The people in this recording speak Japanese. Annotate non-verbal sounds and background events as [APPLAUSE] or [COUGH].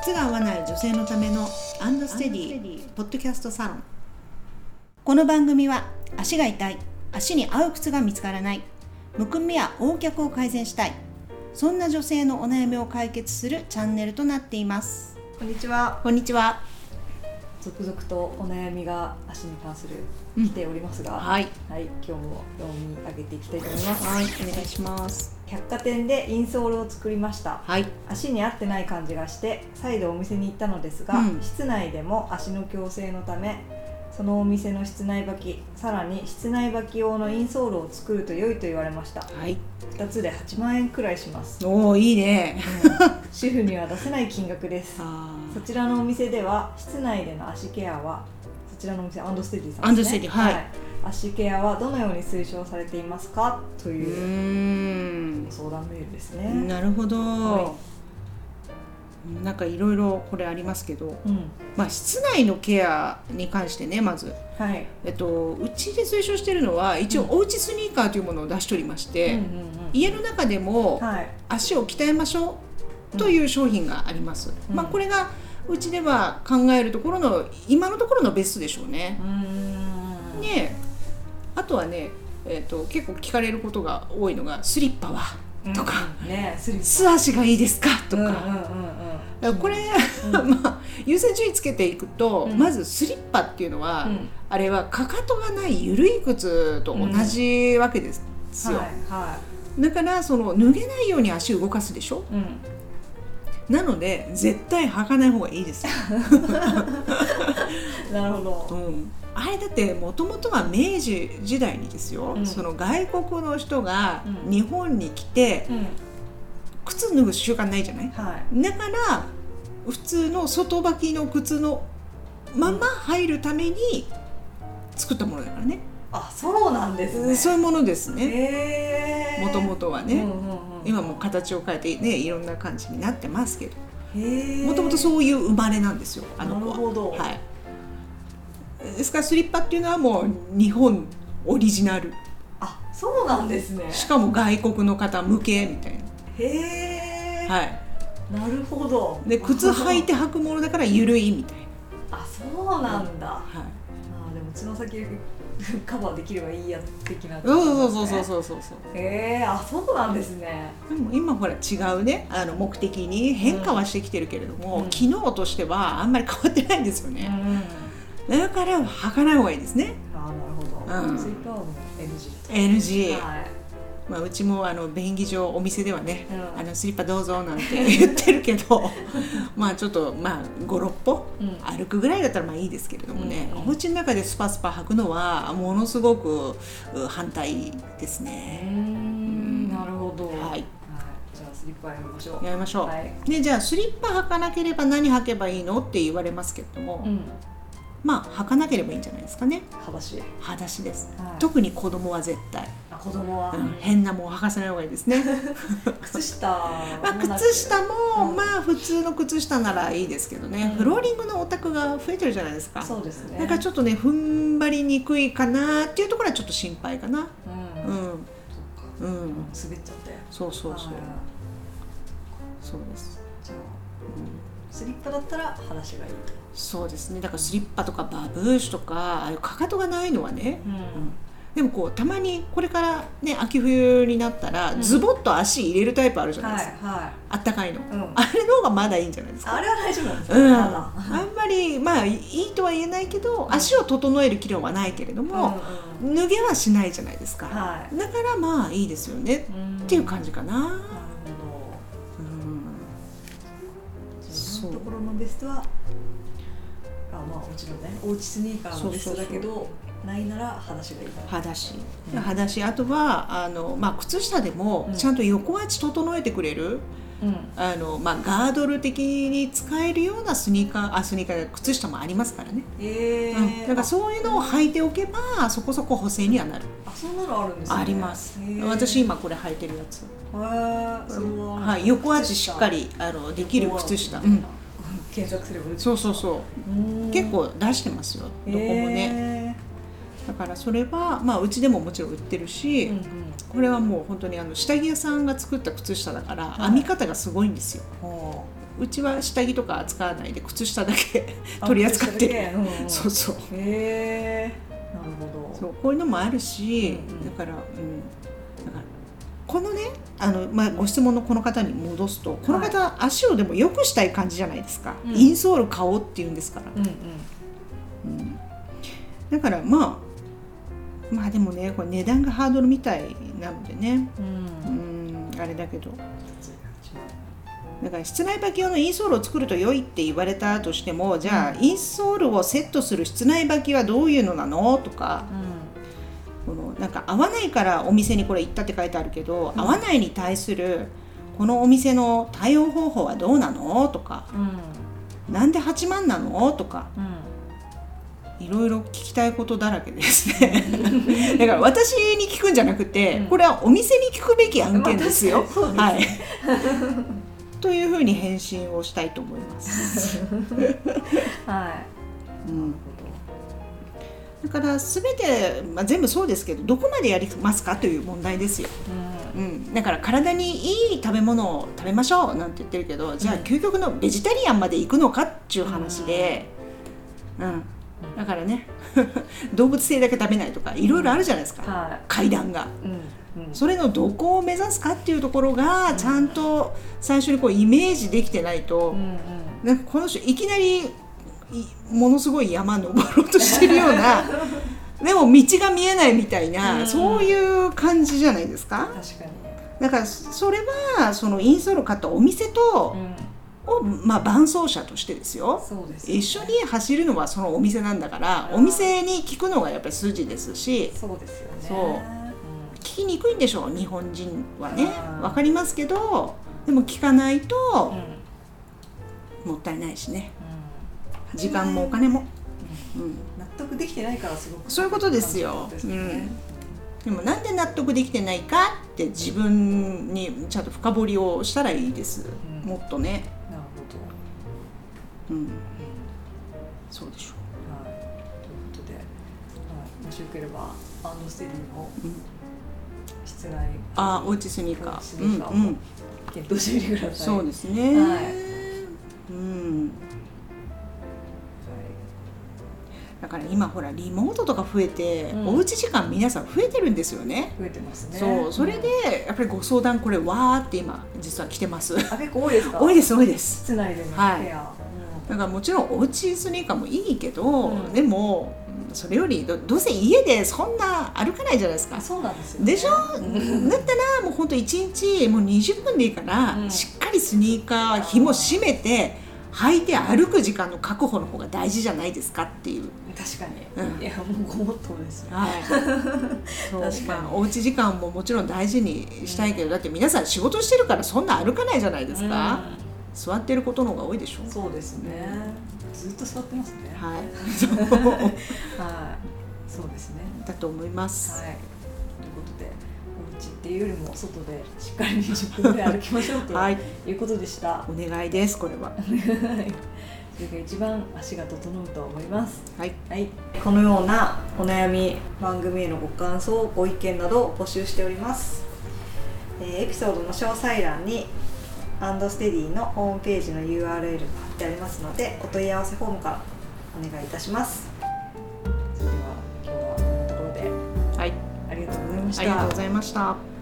靴が合わない女性のためのアンドステディポッドキャストサロンこの番組は足が痛い足に合う靴が見つからないむくみや横脚を改善したいそんな女性のお悩みを解決するチャンネルとなっていますこんにちは。こんにちは続々とお悩みが足に関するうん来ておりますが、はい、い今日も読み上げていきたいと思います。はいお願いします百貨店でインソールを作りました。はい足に合ってない感じがして再度お店に行ったのですが、うん室内でも足の矯正のためそのお店の室内履きさらに室内履き用のインソールを作ると良いと言われましたはい2つで8万円くらいし [LAUGHS] ます、おおいいね主婦には出せない金額ですあそちらのお店では室内での足ケアはそちらのお店アンドステディさんです、ね、アンドステディはい足ケアはどのように推奨されていますかとういうー相談メールですね、んなるほど、はなんかいろいろこれありますけど、うんまあ、室内のケアに関してねまず、はい、えっと、うちで推奨してるのは一応うんおうちスニーカーというものを出しておりましうんて、うん家の中でうんもはい足を鍛えましょうという商品があります、うんまあ、これがうちでは考えるところの今のところのベストでしょうねう、ーんねあとはね、えっと、結構聞かれることが多いのがスリッパはとかうんねスリッ素足がいいですかとパか、うんうんうんうんだからこれ、う [LAUGHS] まあ優先順位つけていくと、うんまずスリッパっていうのは、うんあれはかかとがない緩い靴と同じわけですよ、はいはだからその脱げないように足を動かすでしょいうんなので絶対履かない方がいい [LAUGHS] ですよ、なるほどうんあれだってもともとは明治時代にですよ、うんその外国の人がうん日本に来てうん靴脱ぐ習慣ないじゃないはいだから普通の外履きの靴のまま入るために作ったものだからね、あそうなんですねそういうものですねへえもともとはうんね、うんうん今もう形を変えてねいろんな感じになってますけどへえもともとそういう生まれなんですよあのなる子ほどは。はいですからスリッパっていうのはもう日本オリジナルあそうなんですねしかも外国の方向けみたいへえ、な、はい、なるほどで靴履いて履くものだから緩いみたいあそうなんな、だ、はい、あでもつま先 [LAUGHS] カバーできればいいや的なそうそうそうそうそうそううへえあそうなんですねでも今ほら違うねあの目的に変化はしてきてるけれども、うん機能としてはあんまり変わってないんですようんね、だから履かない方がいいですねあなるほうど、んスイッパーも NG だ NG、はいまあ、うちもあの便宜上お店ではね、うんあのスリッパどうぞなんて言ってるけど [LAUGHS] まあちょっとまあ56歩うん歩くぐらいだったらまあいいですけれどもね、うんうんお家の中でスパスパ履くのはものすごくう反対ですうーね、んなるほどはいいじゃあスリッパやめましょうやめましょう、はいでじゃあスリッパ履かなければ何履けばいいのって言われますけれども、うんまあ履かなければいいんじゃないですかね裸足、はい、裸足です特に子供は絶対、あ子供は、うん変なもん履かせない方がいいですね靴下は [LAUGHS] まあなく靴下も、うんまあ普通の靴下ならいいですけどね、うフんローリングのお宅が増えてるじゃないですかそうですねだからちょっとね踏ん張りにくいかなっていうところはちょっと心配かなうんう、んそっかうん滑っちゃってそうそうそうあそうです、ーじゃあうんスリッパだったら裸足がいいとそうですねだからスリッパとかバブーシュとかああいうかかとがないのはねうんでもこうたまにこれからね秋冬になったら、うんズボッと足入れるタイプあるじゃないはでいすか、はあったかいの、い、うん、あれの方がまだいいんじゃないですかあれは大丈夫なんですうん、まだあんまりまあいいとは言えないけど足を整える機能はないけれども、う脱げはしないじゃないですか、んうん、はだからまあいいですよねい、うん、っていう感じかな、なるほどうん、自そう分のところのベストはあまあもちろんねおうちスニーカーのベストだけどないなら裸足がいいかな裸足うん裸足あとはあの、まあ、靴下でもうんちゃんと横足整えてくれる、うんあのまあ、ガードル的に使えるようなスニーカーあスニーカー靴下もありますからね、ええうん、だからそういうのを履いておけばそこそこ補正にはなる、あそんなのあるんですねありますへー私へ今これ履いてるやつ、ーそれははい、横足しっかりりあのできる靴下、ううんん、検索すればうちそうそうそううん結構出してますよどこもね、ねだからそれはまあうちでももちろん売ってるし、うんうんこれはもう本当にあの下着屋さんが作った靴下だからい編み方がすごいんですよ、ほうちは下着とか扱わないで靴下だけ [LAUGHS] 取り扱ってるる、うんそうそうへえなるほどそうこういうのもあるし、うんうんだから、うん、だからこのねあの、まあ、ご質問のこの方に戻すとこの方、足をでも良くしたい感じじゃないですか、うんインソール買おうっていうんですから、うんううんんだからまあまあでもねこれ値段がハードルみたいなのでねうんうんあれだけどだから室内履き用のインソールを作ると良いって言われたとしてもじゃあ、インソールをセットする室内履きはどういうのなのとかうこのなんか合わないからお店にこれ行ったって書いてあるけど、うん合わないに対するこのお店の対応方法はどうなのとかんうんなんで8万なのとかうんいろいろ聞きたいことだらけですね [LAUGHS] だから私に聞くんじゃなくて、うんこれはお店に聞くべき案件ですよ。まあはいというふ [LAUGHS] うに返信をしたいと思います。はいうんだから全て、まあ、全部そうですけどどこまでやりますかという問題ですよ。うんうん、だから体にいい食べ物を食べましょうなんて言ってるけどじゃあうん究極のベジタリアンまで行くのかっちゅう話で、うん、だからね [LAUGHS] 動物性だけ食べないとかいろいろあるじゃないですか、は階段が。いうんうんそれのどこを目指すかっていうところがちゃんと最初にこうイメージできてないとう、んうんなんかこの人いきなりいものすごい山登ろうとしてるよう [LAUGHS] なでも道が見えないみたいな、うんそういう感じじゃないですか。確かにだからそれはそのインソールを買ったお店とうんを、まあ、伴走者としてですよそうですね一緒に走るのはそのお店なんだからうんお店に聞くのがやっぱり筋ですしそうですよねそうん聞きにくいんでしょう日本人はねうんわかりますけどでも聞かないとうんもったいないしねう時間もお金も、うん、ん納得できてないからすごくそういうことですよそうですねでもなんで納得できてないかって自分にちゃんと深掘りをしたらいいですうんもっとね。なるほどうん、そうでしょはい、ということで、はい、もしよければアンドステディのう、室内あおうちスニーカおうちスーニーカーうんもうん、検討してみてください。そうはい、ですね、はうん、だから今ほらリモートとか増えて、うんおうち時間皆さん増えてるんですよね、増えてますね。そうそれでやっぱりご相談これわーって今実は来てますあ結構多いですか。多いです多いです室内でのケア。はいうんだからもちろんおうちスニーカーもいいけど、うんでもうんそれよりどどうせ家でそんな歩かないじゃないですかあそうなんですよ、ね。でしょうんだったらもうほんと1日もう20分でいいから、うんしっかりスニーカー紐締めて履いて歩く時間の確保の方が大事じゃないですかっていう、確かに。うんいやもうごもっともですよ。はいそう確かにまあ、おうち時間ももちろん大事にしたいけど、だって皆さん仕事してるからそんな歩かないじゃないですか、座ってることの方が多いでしょうんそうですね。ずっと座ってますね。 [LAUGHS] はいそうはい。そうですね。だと思います、はい。ということで、お家っていうよりも外でしっかり20分ぐらい歩きましょうとはい、いうことでした。 [LAUGHS] お願いですこれははいそれが一番足が整うと思います。はいはい、このようなお悩み、番組へのご感想、ご意見などを募集しております。えーエピソードの詳細欄に、アンドステディのホームページの URL が貼ってありますので、お問い合わせフォームからお願いいたします。それでは今日はこのところではいありがとうございましありがとうたご。ざいました